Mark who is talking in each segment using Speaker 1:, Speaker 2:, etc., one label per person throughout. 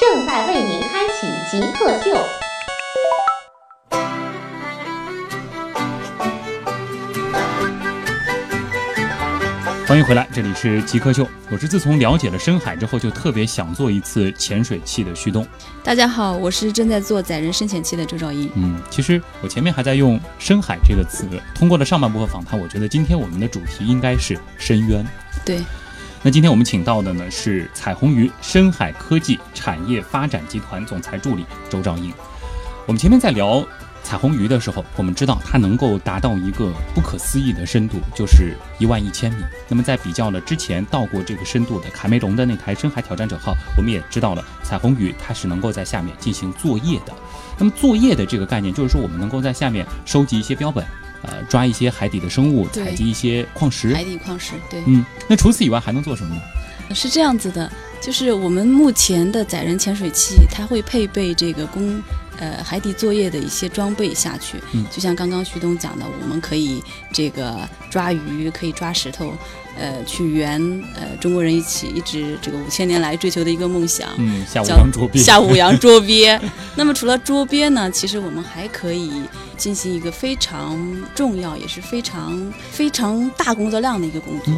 Speaker 1: 正在为您开启极客秀。
Speaker 2: 欢迎回来，这里是极客秀。我是自从了解了深海之后，就特别想做一次潜水器的蓄动。
Speaker 3: 大家好，我是正在做载人深潜期的周兆英。
Speaker 2: 嗯，其实我前面还在用“深海”这个词。通过了上半部分访谈，我觉得今天我们的主题应该是深渊。
Speaker 3: 对，
Speaker 2: 那今天我们请到的呢是彩虹鱼深海科技产业发展集团总裁助理周兆英。我们前面在聊彩虹鱼的时候，我们知道它能够达到一个不可思议的深度，就是一万一千米。那么在比较了之前到过这个深度的凯梅隆的那台深海挑战者号，我们也知道了彩虹鱼它是能够在下面进行作业的。那么作业的这个概念，就是说我们能够在下面收集一些标本，呃，抓一些海底的生物，
Speaker 3: 对
Speaker 2: 采集一些矿石。
Speaker 3: 海底矿石。对，
Speaker 2: 嗯，那除此以外还能做什么呢？
Speaker 3: 是这样子的，就是我们目前的载人潜水器，它会配备这个供呃海底作业的一些装备下去。
Speaker 2: 嗯
Speaker 3: 就像刚刚徐东讲的，我们可以这个抓鱼，可以抓石头，呃，去圆呃中国人一起一直这个五千年来追求的一个梦想。
Speaker 2: 嗯，下午
Speaker 3: 叫
Speaker 2: 当桌币，
Speaker 3: 下五洋捉鳖。 那么除了捉鳖呢，其实我们还可以进行一个非常重要，也是非常非常大工作量的一个工作。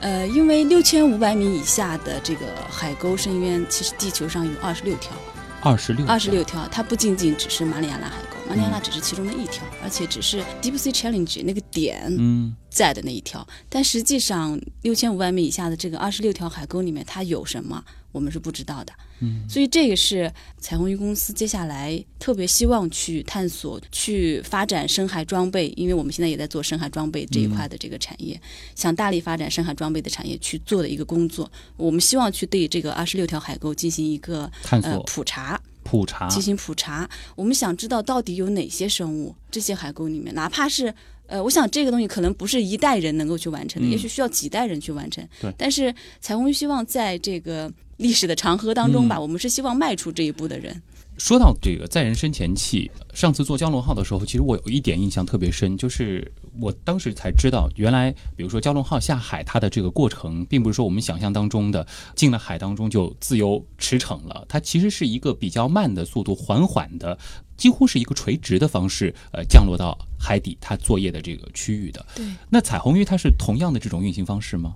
Speaker 3: 呃，因为六千五百米以下的这个海沟深渊，其实地球上有二十六条，
Speaker 2: 二十
Speaker 4: 嗯
Speaker 2: 六，
Speaker 3: 二十六条，它不仅仅只是马里亚纳海沟，马里亚纳
Speaker 2: 嗯
Speaker 3: 只是其中的一条，而且只是 Deep Sea Challenge 那个点，
Speaker 2: 嗯，
Speaker 3: 在的那一条，但实际上六千五百米以下的这个二十六条海沟里面，它有什么，我们是不知道的。嗯，所以这个是彩虹鱼公司接下来特别希望去探索、去发展深海装备，因为我们现在也在做深海装备
Speaker 2: 嗯
Speaker 3: 这一块的这个产业，想大力发展深海装备的产业去做的一个工作。我们希望去对这个二十六条海沟进行一个
Speaker 2: 探
Speaker 3: 呃
Speaker 2: 索
Speaker 3: 普查，
Speaker 2: 普查，
Speaker 3: 进行普查，我们想知道到底有哪些生物，这些海沟里面，哪怕是呃，我想这个东西可能不是一代人能够去完成的，
Speaker 2: 嗯
Speaker 3: 也许需要几代人去完成。
Speaker 2: 对
Speaker 3: 但是彩虹鱼希望在这个历史的长河当中吧，
Speaker 2: 嗯
Speaker 3: 我们是希望迈出这一步的人。
Speaker 2: 说到这个载人深潜器，上次做蛟龙号的时候，其实我有一点印象特别深，就是我当时才知道，原来比如说蛟龙号下海，它的这个过程，并不是说我们想象当中的进了海当中就自由驰骋了，它其实是一个比较慢的速度，缓缓的，几乎是一个垂直的方式，呃，降落到海底它作业的这个区域的。
Speaker 3: 对，
Speaker 2: 那彩虹鱼它是同样的这种运行方式吗？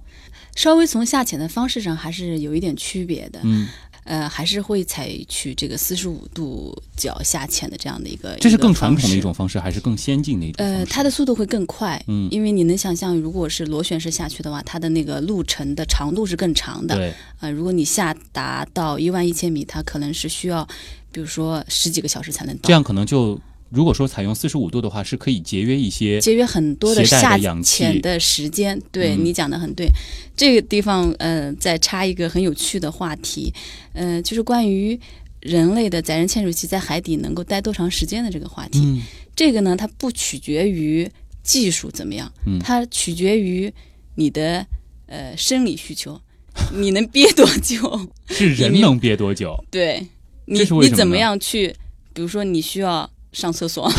Speaker 3: 稍微从下潜的方式上还是有一点区别的，
Speaker 2: 嗯，
Speaker 3: 呃，还是会采取这个四十五度角下潜的这样的一个。
Speaker 2: 这是
Speaker 3: 一个
Speaker 2: 更传
Speaker 3: 方
Speaker 2: 统的
Speaker 3: 式
Speaker 2: 一种方式，还是更先进的一种方式？
Speaker 3: 呃，它的速度会更快，
Speaker 2: 嗯
Speaker 3: 因为你能想象，如果是螺旋式下去的话，它的那个路程的长度是更长的。
Speaker 2: 对，
Speaker 3: 呃，如果你下达到一万一千米，它可能是需要，比如说十几个小时才能到。
Speaker 2: 这样可能就如果说采用四十五度的话，是可以节约一些。
Speaker 3: 节约很多
Speaker 2: 携带的
Speaker 3: 下
Speaker 2: 氧气
Speaker 3: 潜的时间。对、
Speaker 2: 嗯
Speaker 3: 你讲的很对，这个地方呃，再插一个很有趣的话题，呃，就是关于人类的载人潜水器在海底能够待多长时间的这个话题。
Speaker 2: 嗯
Speaker 3: 这个呢，它不取决于技术怎么样，
Speaker 2: 嗯
Speaker 3: 它取决于你的呃生理需求， 你能憋多久？
Speaker 2: 是人
Speaker 3: 因为
Speaker 2: 能憋多久？
Speaker 3: 对你
Speaker 2: 这是为
Speaker 3: 你
Speaker 2: 什么
Speaker 3: 怎
Speaker 2: 呢
Speaker 3: 么样去？比如说你需要上厕所，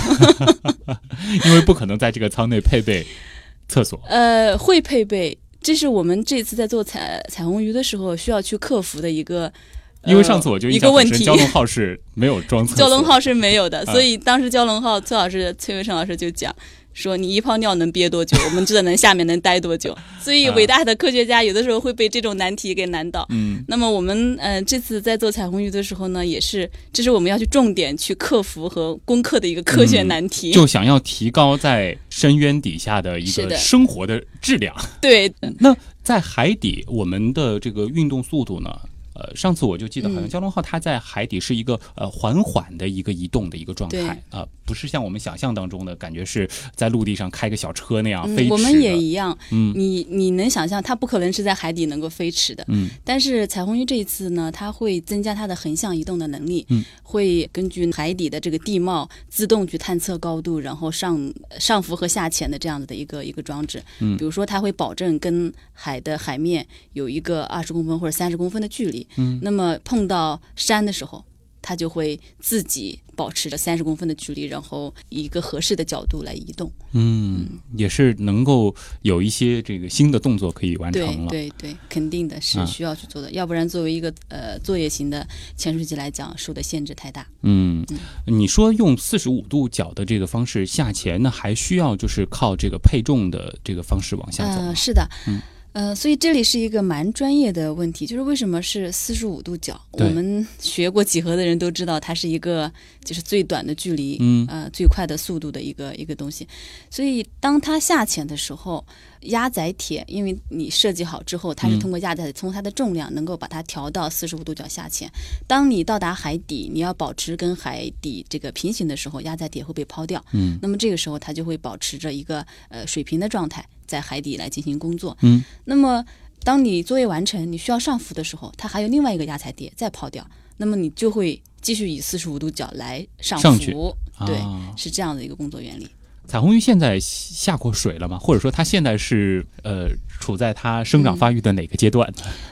Speaker 2: 因为不可能在这个舱内配备厕所。
Speaker 3: 呃，会配备，这是我们这次在做彩彩虹鱼的时候需要去克服的一个。呃
Speaker 2: 因为上次我就
Speaker 3: 一
Speaker 2: 印
Speaker 3: 个
Speaker 2: 象
Speaker 3: 问
Speaker 2: 很深，
Speaker 3: 题，
Speaker 2: 蛟龙号是没有装厕所。
Speaker 3: 蛟龙号是没有的，
Speaker 2: 啊
Speaker 3: 所以当时蛟龙号崔老师、崔文胜老师就讲说，你一泡尿能憋多久，我们就在能下面能待多久。所以
Speaker 2: 啊
Speaker 3: 伟大的科学家有的时候会被这种难题给难倒。
Speaker 2: 嗯，
Speaker 3: 那么我们呃这次在做彩虹鱼的时候呢，也是这是我们要去重点去克服和攻克的一个科学
Speaker 2: 嗯
Speaker 3: 难题。
Speaker 2: 就想要提高在深渊底下的一
Speaker 3: 是
Speaker 2: 个
Speaker 3: 的嗯
Speaker 2: 生活的质量。
Speaker 3: 对，
Speaker 2: 那在海底，我们的这个运动速度呢？呃，上次我就记得好像
Speaker 3: 嗯
Speaker 2: 蛟龙号它在海底是一个呃缓缓的一个移动的一个状态
Speaker 3: 对
Speaker 2: 啊、不是像我们想象当中的感觉是在陆地上开个小车那样飞驰
Speaker 3: 嗯，
Speaker 2: 的。
Speaker 3: 我们也一样，
Speaker 2: 嗯
Speaker 3: 你你能想象它不可能是在海底能够飞驰的，
Speaker 2: 嗯
Speaker 3: 但是彩虹鱼这一次呢，它会增加它的横向移动的能力，
Speaker 2: 嗯
Speaker 3: 会根据海底的这个地貌自动去探测高度，然后上上浮和下潜的这样子的一个一个装置。
Speaker 2: 嗯
Speaker 3: 比如说它会保证跟海的海面有一个二十公分或者三十公分的距离。
Speaker 2: 嗯
Speaker 3: 那么碰到山的时候，它就会自己保持着三十公分的距离，然后以一个合适的角度来移动。
Speaker 2: 嗯，也是能够有一些这个新的动作可以完
Speaker 3: 对
Speaker 2: 成了。
Speaker 3: 对对，肯定的是
Speaker 2: 嗯
Speaker 3: 需要去做的，要不然作为一个呃作业型的潜水机来讲，受的限制太大。
Speaker 2: 嗯，你说用四十五度角的这个方式下潜，那还需要就是靠这个配重的这个方式往下走吗
Speaker 3: 呃，是的，
Speaker 2: 嗯
Speaker 3: 呃，所以这里是一个蛮专业的问题，就是为什么是四十五度角？我
Speaker 2: 对
Speaker 3: 们学过几何的人都知道，它是一个就是最短的距离，
Speaker 2: 嗯
Speaker 3: 呃，最快的速度的一个一个东西。所以当它下潜的时候，压载铁，因为你设计好之后，它是
Speaker 2: 嗯
Speaker 3: 通过压载从它的重量能够把它调到四十五度角下潜。当你到达海底，你要保持跟海底这个平行的时候，压载铁会被抛掉。
Speaker 2: 嗯，
Speaker 3: 那么这个时候它就会保持着一个呃水平的状态，在海底来进行工作。
Speaker 2: 嗯，
Speaker 3: 那么当你作业完成，你需要上浮的时候，它还有另外一个压载碟再抛掉，那么你就会继续以四十五度角来上浮。
Speaker 2: 上去
Speaker 3: 对，
Speaker 2: 啊
Speaker 3: 是这样的一个工作原理。
Speaker 2: 彩虹鱼现在下过水了吗？或者说它现在是呃处在它生
Speaker 3: 嗯
Speaker 2: 长发育的哪个阶段？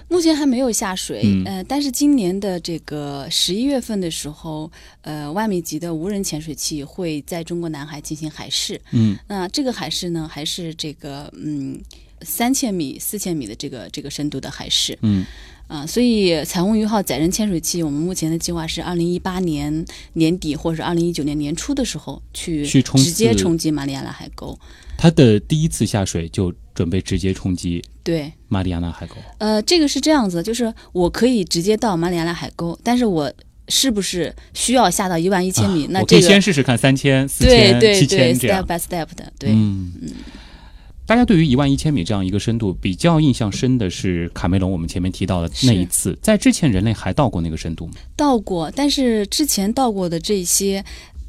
Speaker 3: 目前还没有下水，
Speaker 2: 嗯
Speaker 3: 呃，但是今年的这个十一月份的时候，呃，万米级的无人潜水器会在中国南海进行海试。
Speaker 2: 嗯，
Speaker 3: 那这个海试呢，还是这个嗯三千米、四千米的这个这个深度的海试。
Speaker 2: 嗯，
Speaker 3: 啊、所以彩虹鱼号载人潜水器，我们目前的计划是二零一八年年底或者是二零一九年年初的时候去
Speaker 2: 去冲刺
Speaker 3: 直接冲击马里亚纳海沟。
Speaker 2: 它的第一次下水就准备直接冲击
Speaker 3: 对，
Speaker 2: 马里亚纳海沟。
Speaker 3: 呃，这个是这样子，就是我可以直接到马里亚纳海沟，但是我是不是需要下到一万一千米？
Speaker 2: 啊
Speaker 3: 那
Speaker 2: 我可
Speaker 3: 这
Speaker 2: 以
Speaker 3: 个
Speaker 2: 先试试看三千、四
Speaker 3: 对
Speaker 2: 千、
Speaker 3: 对
Speaker 2: 七
Speaker 3: 对
Speaker 2: 千这
Speaker 3: ，step
Speaker 2: 样。
Speaker 3: by step 的，对，
Speaker 2: 嗯，大家对于一万一千米这样一个深度比较印象深的是卡梅隆，我们前面提到的那一次，在之前人类还到过那个深度吗？
Speaker 3: 到过，但是之前到过的这些。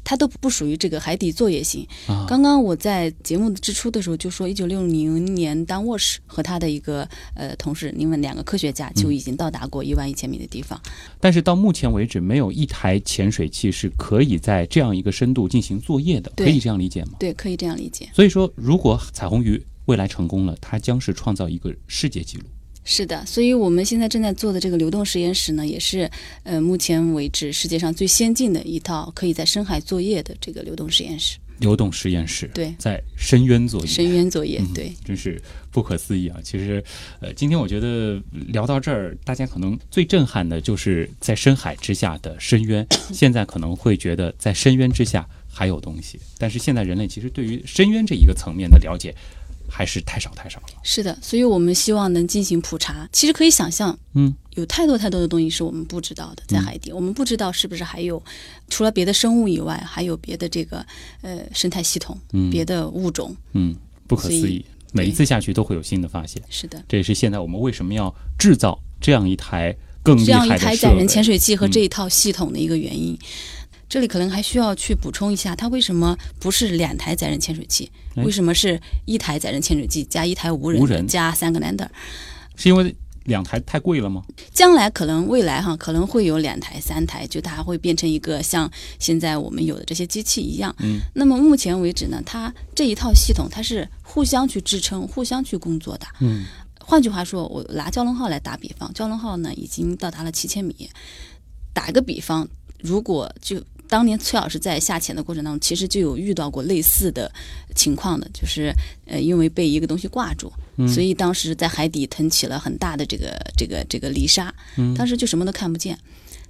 Speaker 3: 它都不属于这个海底作业型。
Speaker 2: 啊，
Speaker 3: 刚刚我在节目的之初的时候就说，一九六零年，当沃什和他的一个呃同事，另外两个科学家
Speaker 2: 嗯
Speaker 3: 就已经到达过一万一千米的地方。
Speaker 2: 但是到目前为止，没有一台潜水器是可以在这样一个深度进行作业的，可
Speaker 3: 对
Speaker 2: 以这样理解吗？
Speaker 3: 对，可以这样理解。
Speaker 2: 所以说，如果彩虹鱼未来成功了，它将是创造一个世界纪录。
Speaker 3: 是的，所以我们现在正在做的这个流动实验室呢，也是呃目前为止世界上最先进的一套可以在深海作业的这个流动实验室，
Speaker 2: 流动实验室
Speaker 3: 对
Speaker 2: 在深渊作业，
Speaker 3: 深渊作
Speaker 2: 嗯
Speaker 3: 业，对。
Speaker 2: 真是不可思议啊！其实，呃，今天我觉得聊到这儿，大家可能最震撼的就是在深海之下的深渊。现在可能会觉得在深渊之下还有东西，但是现在人类其实对于深渊这一个层面的了解还是太少太少了。
Speaker 3: 是的，所以我们希望能进行普查。其实可以想象，
Speaker 2: 嗯，
Speaker 3: 有太多太多的东西是我们不知道的，在海底，我们不知道是不是还有除了别的生物以外，还有别的这个呃生态系统、
Speaker 2: 嗯
Speaker 3: 别的物种。
Speaker 2: 嗯，不可
Speaker 3: 所
Speaker 2: 思
Speaker 3: 以
Speaker 2: 议，每一次下去都会有新的发现。
Speaker 3: 是的，
Speaker 2: 这也是现在我们为什么要制造这样一台更厉
Speaker 3: 这样
Speaker 2: 害
Speaker 3: 一
Speaker 2: 的
Speaker 3: 台
Speaker 2: 设
Speaker 3: 载
Speaker 2: 备嗯
Speaker 3: 人潜水器和这一套系统的一个原因。这里可能还需要去补充一下，它为什么不是两台载人潜水器？
Speaker 2: 哎
Speaker 3: 为什么是一台载人潜水器加一台无人
Speaker 2: 无
Speaker 3: 的
Speaker 2: 人
Speaker 3: 加三个 lander？
Speaker 2: 是因为两台太贵了吗？
Speaker 3: 将来可能未来哈，可能会有两台、三台，就它会变成一个像现在我们有的这些机器一样。
Speaker 2: 嗯，
Speaker 3: 那么目前为止呢，它这一套系统它是互相去支撑、互相去工作的。
Speaker 2: 嗯，
Speaker 3: 换句话说，我拿蛟龙号来打比方，蛟龙号呢已经到达了七千米。打个比方，如果就当年崔老师在下潜的过程当中，其实就有遇到过类似的情况的，就是呃，因为被一个东西挂住，
Speaker 2: 嗯
Speaker 3: 所以当时在海底腾起了很大的这个这个这个泥沙，
Speaker 2: 嗯
Speaker 3: 当时就什么都看不见。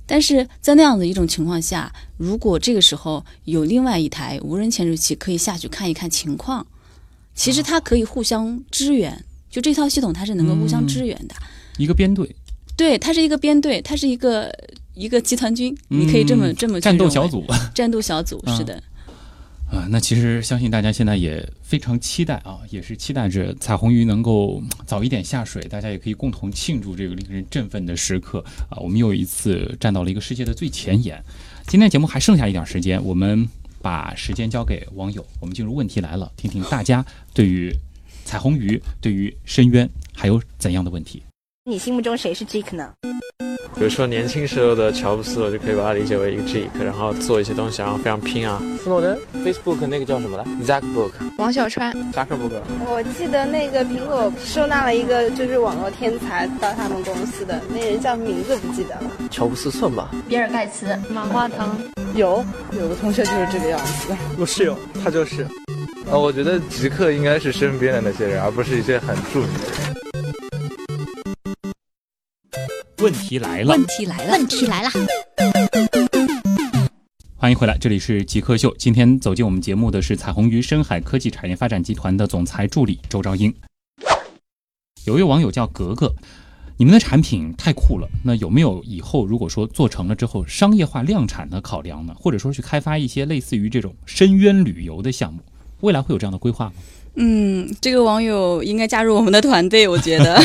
Speaker 3: 但是在那样的一种情况下，如果这个时候有另外一台无人潜水器可以下去看一看情况，其实它可以互相支援，就这套系统它是能够互相支援的。
Speaker 2: 一个编队，
Speaker 3: 对，它是一个编队，它是一个一个集团军，你可以这么
Speaker 2: 嗯
Speaker 3: 这么去
Speaker 2: 战斗
Speaker 3: 认为
Speaker 2: 小组。
Speaker 3: 战斗小组
Speaker 2: 嗯
Speaker 3: 是的，
Speaker 2: 啊，那其实相信大家现在也非常期待啊，也是期待着彩虹鱼能够嗯早一点下水，大家也可以共同庆祝这个令人振奋的时刻啊！我们又一次站到了一个世界的最前沿。今天节目还剩下一点时间，我们把时间交给网友，我们进入问题来了，听听大家对于彩虹鱼、对于深渊还有怎样的问题。
Speaker 5: 你心目中谁是 Jake 呢？
Speaker 6: 比如说年轻时候的乔布斯，我就可以把它理解为一个 geek，然后做一些东西，然后非常拼啊。
Speaker 7: 斯诺登，Facebook 那个叫什么来？Zackbook，
Speaker 8: 王小川，
Speaker 7: 扎克伯格。
Speaker 9: 我记得那个苹果收纳了一个就是网络天才到他们公司的那人叫名字不记得了。
Speaker 7: 乔布斯算吧，
Speaker 8: 比尔盖茨，马化腾，
Speaker 9: 有有个同学就是这个样子。
Speaker 10: 我室友，他就是。
Speaker 11: 呃，我觉得极客应该是身边的那些人，而不是一些很著名的人。
Speaker 2: 问题来了，
Speaker 3: 问题来了，
Speaker 1: 问题来了，
Speaker 2: 欢迎回来，这里是极客秀。今天走进我们节目的是彩虹鱼深海科技产业发展集团的总裁助理周昭英。有一位网友叫格格，你们的产品太酷了，那有没有以后如果说做成了之后商业化量产的考量呢？或者说去开发一些类似于这种深渊旅游的项目？未来会有这样的规划吗？
Speaker 3: 嗯，这个网友应该加入我们的团队，我觉得。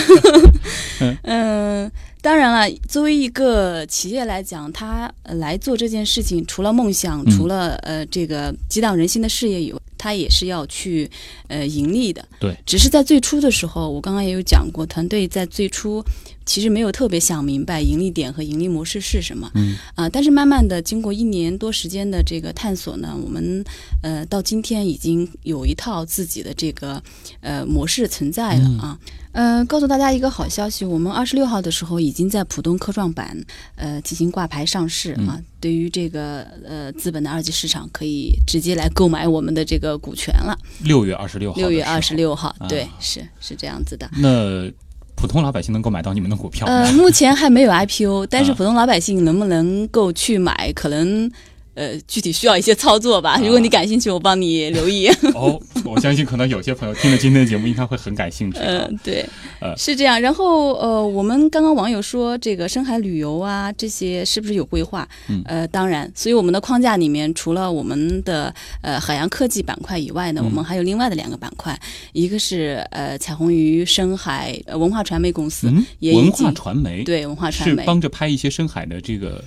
Speaker 3: 嗯，当然了，作为一个企业来讲，他呃来做这件事情，除了梦想，
Speaker 2: 嗯
Speaker 3: 除了呃这个激荡人心的事业以外，他也是要去呃盈利的。
Speaker 2: 对，
Speaker 3: 只是在最初的时候，我刚刚也有讲过，团队在最初其实没有特别想明白盈利点和盈利模式是什么。
Speaker 2: 嗯
Speaker 3: 啊、但是慢慢的，经过一年多时间的这个探索呢，我们呃到今天已经有一套自己的这个呃模式存在了
Speaker 2: 嗯
Speaker 3: 啊。呃，告诉大家一个好消息，我们二十六号的时候已经在浦东科创板呃进行挂牌上市
Speaker 2: 嗯
Speaker 3: 啊。对于这个呃资本的二级市场，可以直接来购买我们的这个股权了。
Speaker 2: 六月二十六号，
Speaker 3: 六月二十。六号
Speaker 2: 啊，
Speaker 3: 对，是是这样子的。
Speaker 2: 那普通老百姓能购买到你们的股票吗？
Speaker 3: 呃，目前还没 有 IPO，但是
Speaker 2: 啊
Speaker 3: 普通老百姓能不能够去买，可能呃具体需要一些操作
Speaker 2: 啊
Speaker 3: 吧。如果你感兴趣，我帮你留 意。
Speaker 2: 哦，我相信可能有些朋友听了今天的节目，应该会很感兴趣。
Speaker 3: 呃，对
Speaker 2: 呃，
Speaker 3: 是这样。然后呃，我们刚刚网友说这个深海旅游啊，这些是不是有规划？
Speaker 2: 嗯
Speaker 3: 呃，当然。所以我们的框架里面，除了我们的呃海洋科技板块以外呢，
Speaker 2: 嗯
Speaker 3: 我们还有另外的两个板块，一个是呃彩虹鱼深海呃文化传媒公司，
Speaker 2: 嗯，
Speaker 3: 也
Speaker 2: 文
Speaker 3: 已
Speaker 2: 化
Speaker 3: 经
Speaker 2: 传媒
Speaker 3: 对文化传
Speaker 2: 是
Speaker 3: 媒。
Speaker 2: 帮着拍一些深海的这个，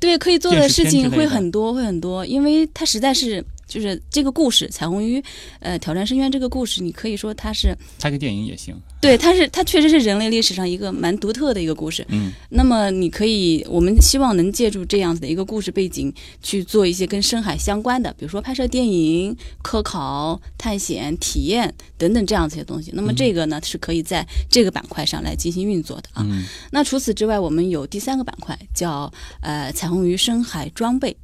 Speaker 3: 对，可以做
Speaker 2: 电
Speaker 3: 的
Speaker 2: 视
Speaker 3: 事
Speaker 2: 片之
Speaker 3: 情
Speaker 2: 类
Speaker 3: 会
Speaker 2: 的
Speaker 3: 很多，会很多，因为它实在是就是这个故事《彩虹鱼》呃挑战深渊这个故事，你可以说它是
Speaker 2: 拍个电影也行。
Speaker 3: 对，它是它确实是人类历史上一个蛮独特的一个故事。
Speaker 2: 嗯，
Speaker 3: 那么你可以，我们希望能借助这样子的一个故事背景，去做一些跟深海相关的，比如说拍摄电影、科考、探险、体验等等这样子的东西。
Speaker 2: 嗯
Speaker 3: 那么这个呢，是可以在这个板块上来进行运作的啊。
Speaker 2: 嗯
Speaker 3: 那除此之外，我们有第三个板块叫呃彩虹鱼深海装备。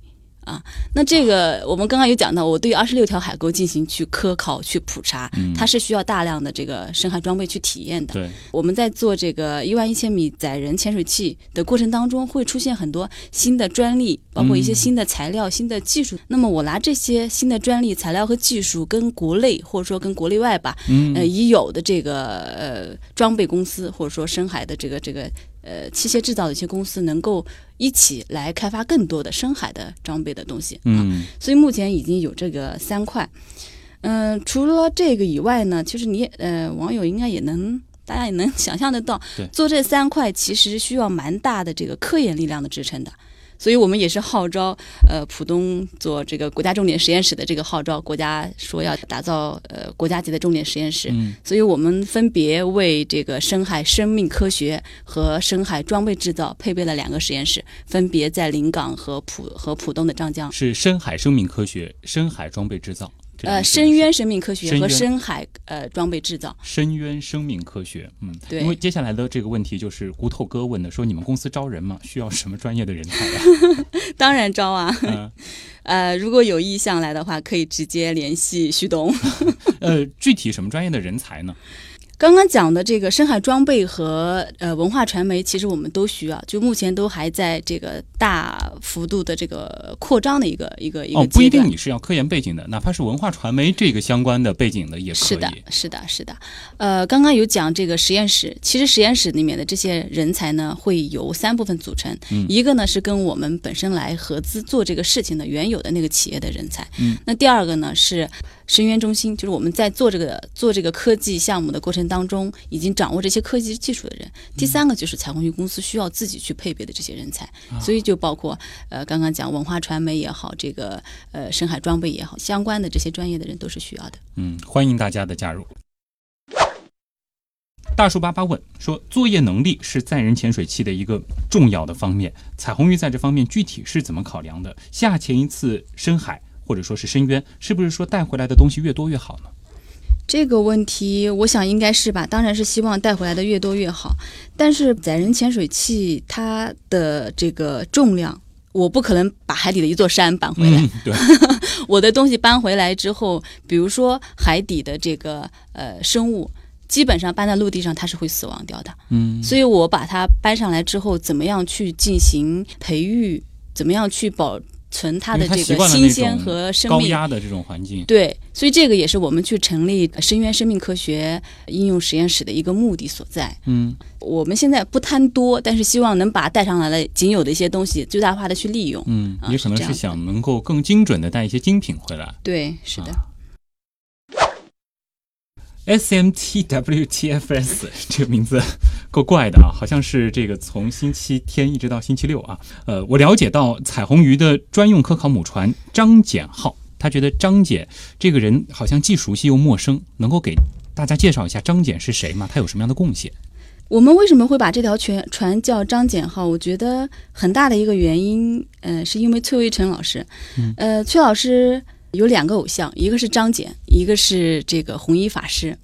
Speaker 3: 啊，那这个我们刚刚有讲到，我对二十六条海沟进行去科考、去普查，
Speaker 2: 嗯，
Speaker 3: 它是需要大量的这个深海装备去体验的。
Speaker 2: 对，
Speaker 3: 我们在做这个一万一千米载人潜水器的过程当中，会出现很多新的专利，包括一些
Speaker 2: 嗯
Speaker 3: 新的材料、新的技术。那么我拿这些新的专利、材料和技术，跟国内或者说跟国内外吧，呃
Speaker 2: 嗯
Speaker 3: 已有的这个呃装备公司或者说深海的这个这个呃器械制造的一些公司，能够一起来开发更多的深海的装备的东西。啊
Speaker 2: 嗯
Speaker 3: 所以目前已经有这个三块。嗯、除了这个以外呢，其实你也呃，网友应该也能，大家也能想象得到
Speaker 2: 对，
Speaker 3: 做这三块其实需要蛮大的这个科研力量的支撑的。所以我们也是号召，呃，浦东做这个国家重点实验室的这个号召，国家说要打造呃国家级的重点实验室，
Speaker 2: 嗯
Speaker 3: 所以我们分别为这个深海生命科学和深海装备制造配备了两个实验室，分别在临港和浦和浦东的张江。
Speaker 2: 是深海生命科学、深海装备制造。这两
Speaker 3: 呃，
Speaker 2: 个
Speaker 3: 深渊生命科学
Speaker 2: 深
Speaker 3: 和
Speaker 2: 渊
Speaker 3: 深海呃装备制造，
Speaker 2: 深渊生命科学，嗯，
Speaker 3: 对
Speaker 2: 因为接下来的这个问题就是骨头哥问的，说你们公司招人吗？需要什么专业的人才啊 呀、
Speaker 3: 当然招啊。
Speaker 2: 嗯
Speaker 3: 呃，如果有意向来的话，可以直接联系徐董。
Speaker 2: 呃，具体什么专业的人才呢？
Speaker 3: 刚刚讲的这个深海装备和呃文化传媒，其实我们都需要，就目前都还在这个大幅度的这个扩张的一个一个一个
Speaker 2: 哦，不一
Speaker 3: 阶段
Speaker 2: 定你是要科研背景的，哪怕是文化传媒这个相关的背景的也可
Speaker 3: 是的
Speaker 2: 以。，
Speaker 3: 是的，是的。呃，刚刚有讲这个实验室，其实实验室里面的这些人才呢，会由三部分组成。
Speaker 2: 嗯
Speaker 3: 一个呢是跟我们本身来合资做这个事情的原有的那个企业的人才。
Speaker 2: 嗯
Speaker 3: 那第二个呢是深渊中心，就是我们在做这个做这个科技项目的过程当中，已经掌握这些科技技术的人。
Speaker 2: 嗯
Speaker 3: 第三个就是彩虹鱼公司需要自己去配备的这些人才，
Speaker 2: 啊
Speaker 3: 所以就包括呃刚刚讲文化传媒也好，这个呃深海装备也好，相关的这些专业的人都是需要的。
Speaker 2: 嗯，欢迎大家的加入。大树巴巴问说：“作业能力是载人潜水器的一个重要的方面，彩虹鱼在这方面具体是怎么考量的？下潜一次深海或者说是深渊，是不是说带回来的东西越多越好呢？
Speaker 3: 这个问题，我想应该是吧，当然是希望带回来的越多越好。但是载人潜水器它的这个重量，我不可能把海底的一座山搬回来。
Speaker 2: 嗯，对，
Speaker 3: 我的东西搬回来之后，比如说海底的这个呃生物，基本上搬到陆地上它是会死亡掉的。
Speaker 2: 嗯，
Speaker 3: 所以我把它搬上来之后，怎么样去进行培育，怎么样去保存它
Speaker 2: 因
Speaker 3: 的
Speaker 2: 为它
Speaker 3: 这
Speaker 2: 习
Speaker 3: 个
Speaker 2: 惯了
Speaker 3: 新
Speaker 2: 那
Speaker 3: 鲜
Speaker 2: 种
Speaker 3: 和生
Speaker 2: 高
Speaker 3: 命
Speaker 2: 压的这种环境，
Speaker 3: 对，所以这个也是我们去成立深渊生命科学应用实验室的一个目的所在。
Speaker 2: 嗯，
Speaker 3: 我们现在不贪多，但是希望能把带上来的仅有的一些东西最大化的去利用。
Speaker 2: 嗯，
Speaker 3: 啊
Speaker 2: 也
Speaker 3: 是
Speaker 2: 可能
Speaker 3: 这
Speaker 2: 是
Speaker 3: 样的
Speaker 2: 想能够更精准的带一些精 品回来。
Speaker 3: 对，是的。
Speaker 2: SMTWTFS 这个名字够怪的啊，好像是这个从星期天一直到星期六啊。呃，我了解到彩虹鱼的专用科考母船张简浩，他觉得张简这个人好像既熟悉又陌生，能够给大家介绍一下张简是谁吗？他有什么样的贡献？
Speaker 3: 我们为什么会把这条船船叫张简浩？我觉得很大的一个原因，呃，是因为崔维辰老师，呃，崔老师有两个偶像，一个是张简，一个是这个弘一法师。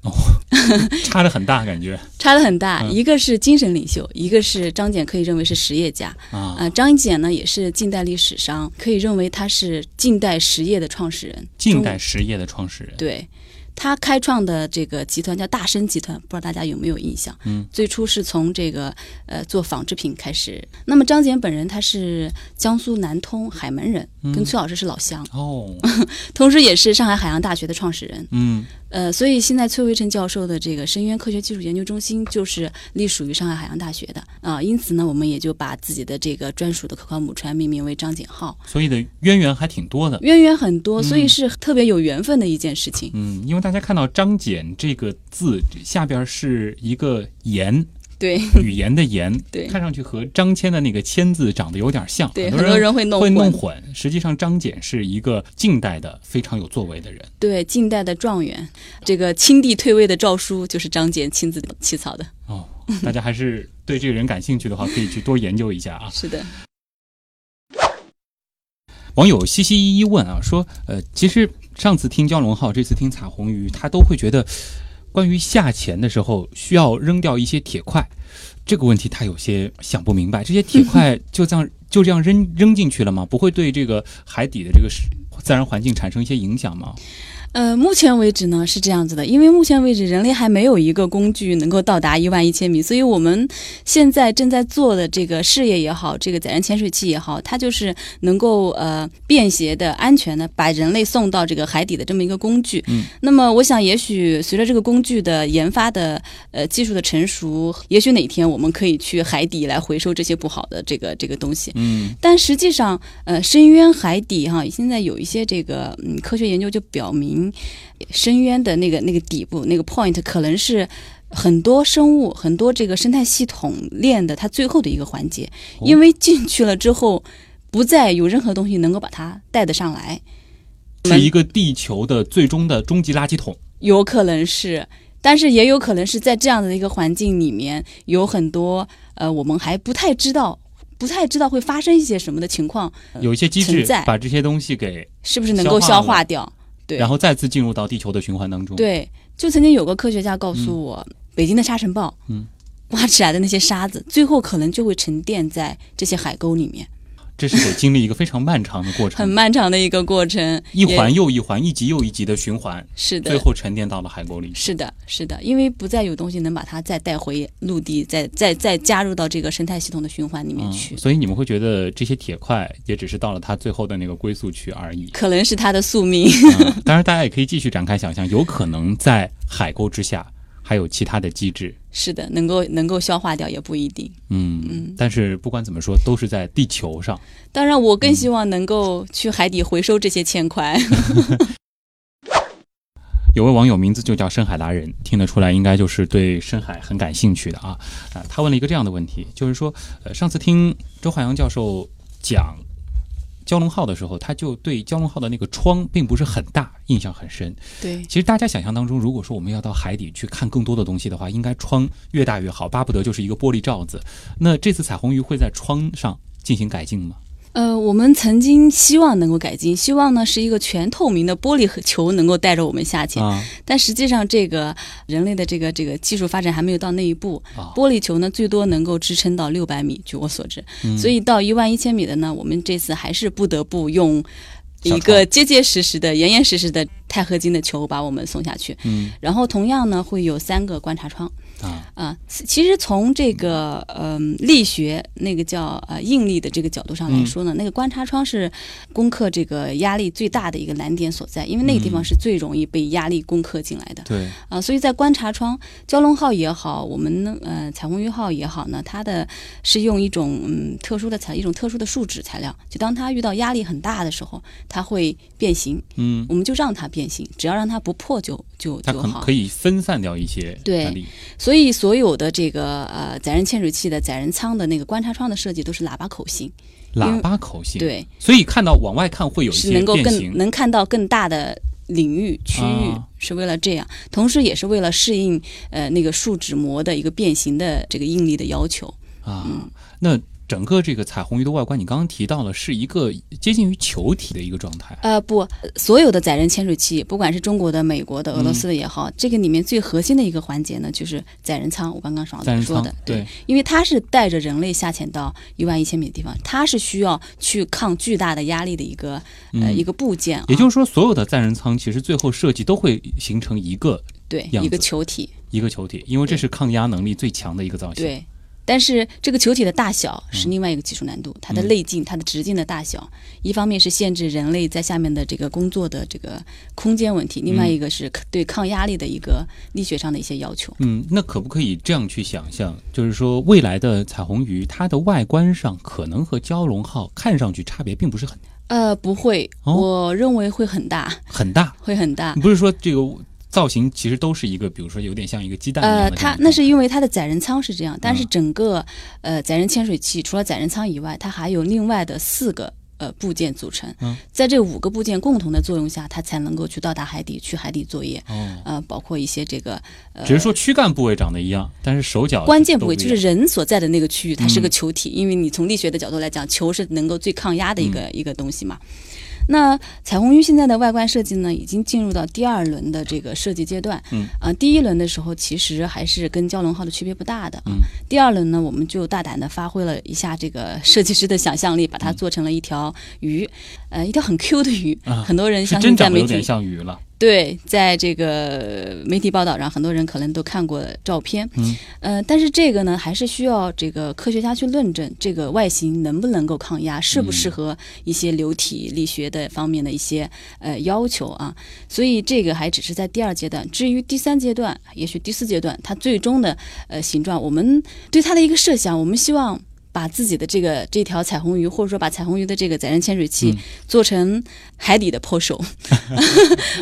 Speaker 2: 差的很大，感觉
Speaker 3: 差的很大，
Speaker 2: 嗯
Speaker 3: 一个是精神领袖，一个是张謇可以认为是实业家
Speaker 2: 啊
Speaker 3: 呃张謇呢也是近代历史上可以认为他是近代实业的创始人，
Speaker 2: 近
Speaker 3: 中
Speaker 2: 代实业的创始人，
Speaker 3: 对。他开创的这个集团叫大生集团，不知道大家有没有印象？
Speaker 2: 嗯，
Speaker 3: 最初是从这个呃做纺织品开始。那么张謇本人他是江苏南通海门人，
Speaker 2: 嗯
Speaker 3: 跟崔老师是老乡，
Speaker 2: 哦，
Speaker 3: 同时也是上海海洋大学的创始人。
Speaker 2: 嗯，
Speaker 3: 呃，所以现在崔维辰教授的这个深渊科学技术研究中心就是隶属于上海海洋大学的啊、因此呢，我们也就把自己的这个专属的可靠母船命名为张景浩，
Speaker 2: 所以的渊源还挺多的。
Speaker 3: 渊源很多，所以是特别有缘分的一件事情。
Speaker 2: 嗯，因为大家看到“张简”这个字下边是一个“言
Speaker 3: 对”，
Speaker 2: 语言的“言”，
Speaker 3: 对
Speaker 2: 看上去和张骞的那个“骞”字长得有点像，
Speaker 3: 对，
Speaker 2: 很
Speaker 3: 很多人会弄
Speaker 2: 会
Speaker 3: 混。
Speaker 2: 弄混。实际上，张简是一个近代的非常有作为的 人。
Speaker 3: 对，近代的状元，这个清帝退位的诏书就是张謇亲自起草的。
Speaker 2: 哦，大家还是对这个人感兴趣的话，可以去多研究一下啊。
Speaker 3: 是的，
Speaker 2: 网友西西一一问啊，说，呃，其实上次听蛟龙号，这次听彩虹鱼，他都会觉得，关于下潜的时候需要扔掉一些铁块，这个问题他有些想不明白，这些铁块就这样就这样扔扔进去了吗？不会对这个海底的这个是自然环境产生一些影响吗？
Speaker 3: 呃，目前为止呢是这样子的，因为目前为止人类还没有一个工具能够到达一万一千米，所以我们现在正在做的这个事业也好，这个载人潜水器也好，它就是能够呃便携的、安全的把人类送到这个海底的这么一个工具。
Speaker 2: 嗯，
Speaker 3: 那么我想，也许随着这个工具的研发的呃技术的成熟，也许哪天我们可以去海底来回收这些不好的这个这个东西。
Speaker 2: 嗯，
Speaker 3: 但实际上，呃，深渊海底哈，现在有一些这个嗯科学研究就表明，深渊的那个那个底部那个 point 可能是。很多生物、很多这个生态系统链的它最后的一个环节，
Speaker 2: 哦
Speaker 3: 因为进去了之后，不再有任何东西能够把它带得上来，嗯
Speaker 2: 是一个地球的最终的终极垃圾桶。
Speaker 3: 有可能是，但是也有可能是在这样的一个环境里面，有很多呃我们还不太知道、不太知道会发生一些什么的情况，
Speaker 2: 有一些机制
Speaker 3: 嗯存在
Speaker 2: 把这些东西给，
Speaker 3: 是不是能够
Speaker 2: 消化
Speaker 3: 消
Speaker 2: 了
Speaker 3: 化掉？对
Speaker 2: 然后再次进入到地球的循环当中。，
Speaker 3: 对，就曾经有个科学家告诉我，北京的沙尘暴，
Speaker 2: 嗯，
Speaker 3: 刮起来的那些沙子，最后可能就会沉淀在这些海沟里面。
Speaker 2: 这是得经历一个非常漫长的过程，
Speaker 3: 很漫长的一个过程，
Speaker 2: 一
Speaker 3: 也
Speaker 2: 环又一环，一级又一级的循环，
Speaker 3: 是的
Speaker 2: 最，后沉淀到了海沟里。
Speaker 3: 是的，是的，因为不再有东西能把它再带回陆地，再再再加入到这个生态系统的循环里面
Speaker 2: 嗯
Speaker 3: 去，，
Speaker 2: 所以你们会觉得这些铁块也只是到了它最后的那个归宿区而 已。
Speaker 3: 可能是它的宿命。
Speaker 2: 嗯当然，大家也可以继续展开想象，有可能在海沟之下还有其他的机制。
Speaker 3: 是的，能够能够消化掉也不一定。
Speaker 2: 嗯，但是不管怎么说，都是在地球上。
Speaker 3: 当然，我
Speaker 2: 嗯
Speaker 3: 更希望能够去海底回收这些铅块。
Speaker 2: 有位网友名字就叫深海达人，听得出来应该就是对深海很感兴趣的啊啊！他问了一个这样的问题，就是说，呃，上次听周海洋教授讲呃蛟龙号的时候，他就对蛟龙号的那个窗并不是很大，印象很深。
Speaker 3: 对，
Speaker 2: 其实大家想象当中，如果说我们要到海底去看更多的东西的话，应该窗越大越好，巴不得就是一个玻璃罩子。那这次彩虹鱼会在窗上进行改进吗？
Speaker 3: 呃，我们曾经希望能够改进，希望呢是一个全透明的玻璃和球能够带着我们下潜，
Speaker 2: 啊
Speaker 3: 但实际上这个人类的这个这个技术发展还没有到那一步。
Speaker 2: 啊，
Speaker 3: 玻璃球呢，最多能够支撑到六百米，据我所知，
Speaker 2: 嗯
Speaker 3: 所以到一万一千米的呢，我们这次还是不得不用
Speaker 2: 小
Speaker 3: 一个结结实实的、严严实实的钛合金的球把我们送下去。
Speaker 2: 嗯
Speaker 3: 然后同样呢，会有三个观察窗。
Speaker 2: 啊
Speaker 3: 啊，其其实从这个嗯、力学那个叫呃应力的这个角度上来
Speaker 2: 嗯
Speaker 3: 说呢，那个观察窗是攻克这个压力最大的一个难点所在，因为那个地方
Speaker 2: 嗯
Speaker 3: 是最容易被压力攻克进来的。
Speaker 2: 对，
Speaker 3: 啊，所以在观察窗，蛟龙号也好，我们呢呃彩虹鱼号也好呢，它的是用一种嗯特殊的材一种特殊的树脂材料，就当它遇到压力很大的时候，它会变形，
Speaker 2: 嗯，
Speaker 3: 我们就让它变形，只要让它不破就就
Speaker 2: 它
Speaker 3: 就
Speaker 2: 可能
Speaker 3: 好
Speaker 2: 可。以分散掉一些呃
Speaker 3: 对
Speaker 2: 压力。
Speaker 3: 所以所有的这个呃载人潜水器的载人舱的那个观察窗的设计都是喇叭口型，
Speaker 2: 喇叭口型，，
Speaker 3: 对，
Speaker 2: 所以看到往外看会有一
Speaker 3: 是
Speaker 2: 些
Speaker 3: 能够
Speaker 2: 变
Speaker 3: 更
Speaker 2: 形，
Speaker 3: 能看到更大的领域区域，
Speaker 2: 啊
Speaker 3: 是为了这样，同时也是为了适应呃那个树脂膜的一个变形的这个应力的要求。
Speaker 2: 啊。
Speaker 3: 嗯
Speaker 2: 那整个这个彩虹鱼的外观，你刚刚提到了是一个接近于球体的一个状态，
Speaker 3: 呃，不，所有的载人潜水器，不管是中国的、美国的、俄罗斯的也好，这个里面最核心的一个环节呢，就是载人舱。我刚刚爽
Speaker 2: 载人
Speaker 3: 嗯说
Speaker 2: 舱
Speaker 3: 的，，
Speaker 2: 对，
Speaker 3: 因为它是带着人类下潜到一万一千米的地方，它是需要去抗巨大的压力的一个、呃
Speaker 2: 嗯
Speaker 3: 一个部件、啊，
Speaker 2: 也就是说，所有的载人舱其实最后设计都会形成一个
Speaker 3: 对
Speaker 2: 样
Speaker 3: 一个
Speaker 2: 子
Speaker 3: 球体，
Speaker 2: 一个球体，因为这是抗压能力最强的一个造型。，
Speaker 3: 对。但是这个球体的大小是另外一个技术难度，它的
Speaker 2: 嗯
Speaker 3: 内径、它的直径的大小，一方面是限制人类在下面的这个工作的这个空间问题，
Speaker 2: 嗯
Speaker 3: 另外一个是对抗压力的一个力学上的一些要求。
Speaker 2: 嗯，那可不可以这样去想象，就是说未来的彩虹鱼，它的外观上可能和蛟龙号看上去差别并不是很
Speaker 3: 呃，不会，
Speaker 2: 哦
Speaker 3: 我认为会很大，
Speaker 2: 很大，
Speaker 3: 会很大。
Speaker 2: 不是说这个造型其实都是一个，比如说有点像一个鸡蛋一
Speaker 3: 呃
Speaker 2: 样，的这样
Speaker 3: 它
Speaker 2: 一个状态。
Speaker 3: 那是因为它的载人舱是这样，但是
Speaker 2: 嗯
Speaker 3: 整个、呃载人潜水器除了载人舱以外，它还有另外的四个呃部件组成。
Speaker 2: 嗯
Speaker 3: 在这五个部件共同的作用下，它才能够去到达海底，去海底作业。
Speaker 2: 哦，
Speaker 3: 呃，包括一些这个呃，
Speaker 2: 只是说躯干部位长得一样，但是手脚
Speaker 3: 关键部
Speaker 2: 都
Speaker 3: 位
Speaker 2: 一
Speaker 3: 就是
Speaker 2: 样
Speaker 3: 人所在的那个区域，它是个
Speaker 2: 嗯
Speaker 3: 球体，因为你从力学的角度来讲，球是能够最抗压的一个、
Speaker 2: 嗯
Speaker 3: 一个东西嘛。那彩虹鱼现在的外观设计呢，已经进入到第二轮的这个设计阶段。
Speaker 2: 嗯，
Speaker 3: 啊、第一轮的时候其实还是跟蛟龙号的区别不大的。
Speaker 2: 嗯，
Speaker 3: 第二轮呢，我们就大胆的发挥了一下这个设计师的想象力，把它
Speaker 2: 嗯
Speaker 3: 做成了一条鱼，呃，一条很 Q 的鱼。
Speaker 2: 啊
Speaker 3: 很多人
Speaker 2: 是
Speaker 3: 相
Speaker 2: 真
Speaker 3: 信在
Speaker 2: 长得
Speaker 3: 媒
Speaker 2: 有点
Speaker 3: 体
Speaker 2: 像鱼了。
Speaker 3: 对，在这个媒体报道上，很多人可能都看过照片，
Speaker 2: 嗯，
Speaker 3: 呃，但是这个呢，还是需要这个科学家去论证这个外形能不能够抗压，适不
Speaker 2: 嗯
Speaker 3: 适合一些流体力学的方面的一些呃要求啊。所以这个还只是在第二阶段，至于第三阶段，也许第四阶段，它最终的呃形状，我们对它的一个设想，我们希望。把自己的这个这条彩虹鱼，或者说把彩虹鱼的这个载人潜水器
Speaker 2: 嗯
Speaker 3: 做成海底的破手，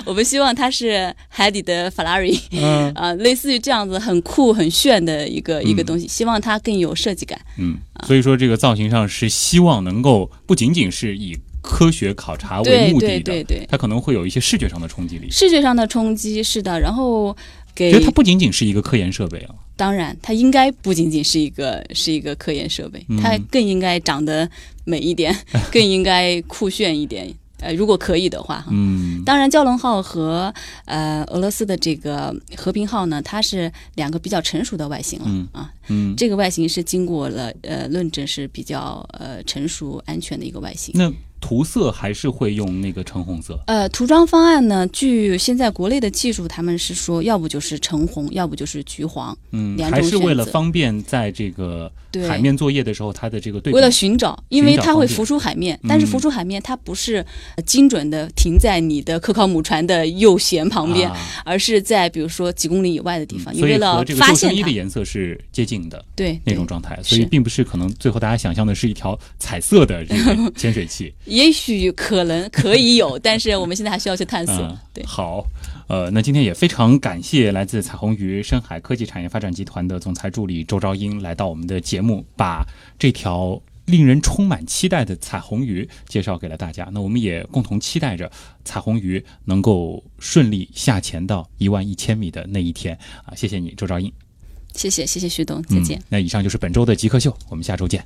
Speaker 3: 我们希望它是海底的法拉利，
Speaker 2: 嗯
Speaker 3: 啊，类似于这样子很酷很炫的一个一个
Speaker 2: 嗯
Speaker 3: 东西，希望它更有设计感。
Speaker 2: 嗯，
Speaker 3: 啊
Speaker 2: 所以说这个造型上是希望能够不仅仅是以科学考察为
Speaker 3: 对
Speaker 2: 目
Speaker 3: 对
Speaker 2: 的
Speaker 3: 对
Speaker 2: 的，
Speaker 3: 对，
Speaker 2: 它可能会有一些视觉上的冲击力。
Speaker 3: 视觉上的冲击是的，然后给
Speaker 2: 觉得它不仅仅是一个科研设备啊，
Speaker 3: 当然它应该不仅仅是一个是一个科研设备，它
Speaker 2: 嗯
Speaker 3: 更应该长得美一 点，更应该酷炫一点。呃，如果可以的话哈。
Speaker 2: 嗯，
Speaker 3: 当然，蛟龙号和呃俄罗斯的这个和平号呢，它是两个比较成熟的外形了、
Speaker 2: 嗯
Speaker 3: 啊。
Speaker 4: 嗯，
Speaker 3: 这个外形是经过了呃论证，是比较呃成熟安全的一个外形。
Speaker 4: 那涂色还是会用那个橙红色。
Speaker 3: 呃，涂装方案呢，据现在国内的技术，他们是说要不就是橙红，要不就是橘黄，
Speaker 4: 嗯，
Speaker 3: 两
Speaker 4: 还
Speaker 3: 种
Speaker 4: 是为了
Speaker 3: 选择
Speaker 4: 方便在这个
Speaker 3: 对
Speaker 4: 海面作业的时候，它的这个对比
Speaker 3: 为了寻找，因为
Speaker 4: 寻找
Speaker 3: 它会
Speaker 4: 方便
Speaker 3: 浮出海面，但是浮
Speaker 4: 嗯
Speaker 3: 出海面它不是呃精准的停在你的科考母船的右舷旁边，
Speaker 4: 啊嗯
Speaker 3: 而是在比如说几公里以外的地方，你
Speaker 4: 所以
Speaker 3: 为了
Speaker 4: 和这个
Speaker 3: 发
Speaker 4: 救生
Speaker 3: 现
Speaker 4: 衣
Speaker 3: 它
Speaker 4: 的，颜色是接近的
Speaker 3: 对
Speaker 4: 那种
Speaker 3: 对
Speaker 4: 状态，
Speaker 3: 是
Speaker 4: 所以并不是可能最后大家想象的是一条彩色的这个潜水器。
Speaker 3: 也许可能可以有，但是我们现在还需要去探索。
Speaker 4: 嗯，
Speaker 3: 对，
Speaker 4: 好，呃，那今天也非常感谢来自彩虹鱼深海科技产业发展集团的总裁助理周昭英来到我们的节目，把这条。令人充满期待的彩虹鱼介绍给了大家，那我们也共同期待着彩虹鱼能够顺利下潜到一万一千米的那一天啊！谢谢你，周昭英。
Speaker 3: 谢谢谢谢徐董，再见。
Speaker 4: 嗯。那以上就是本周的极客秀，我们下周见。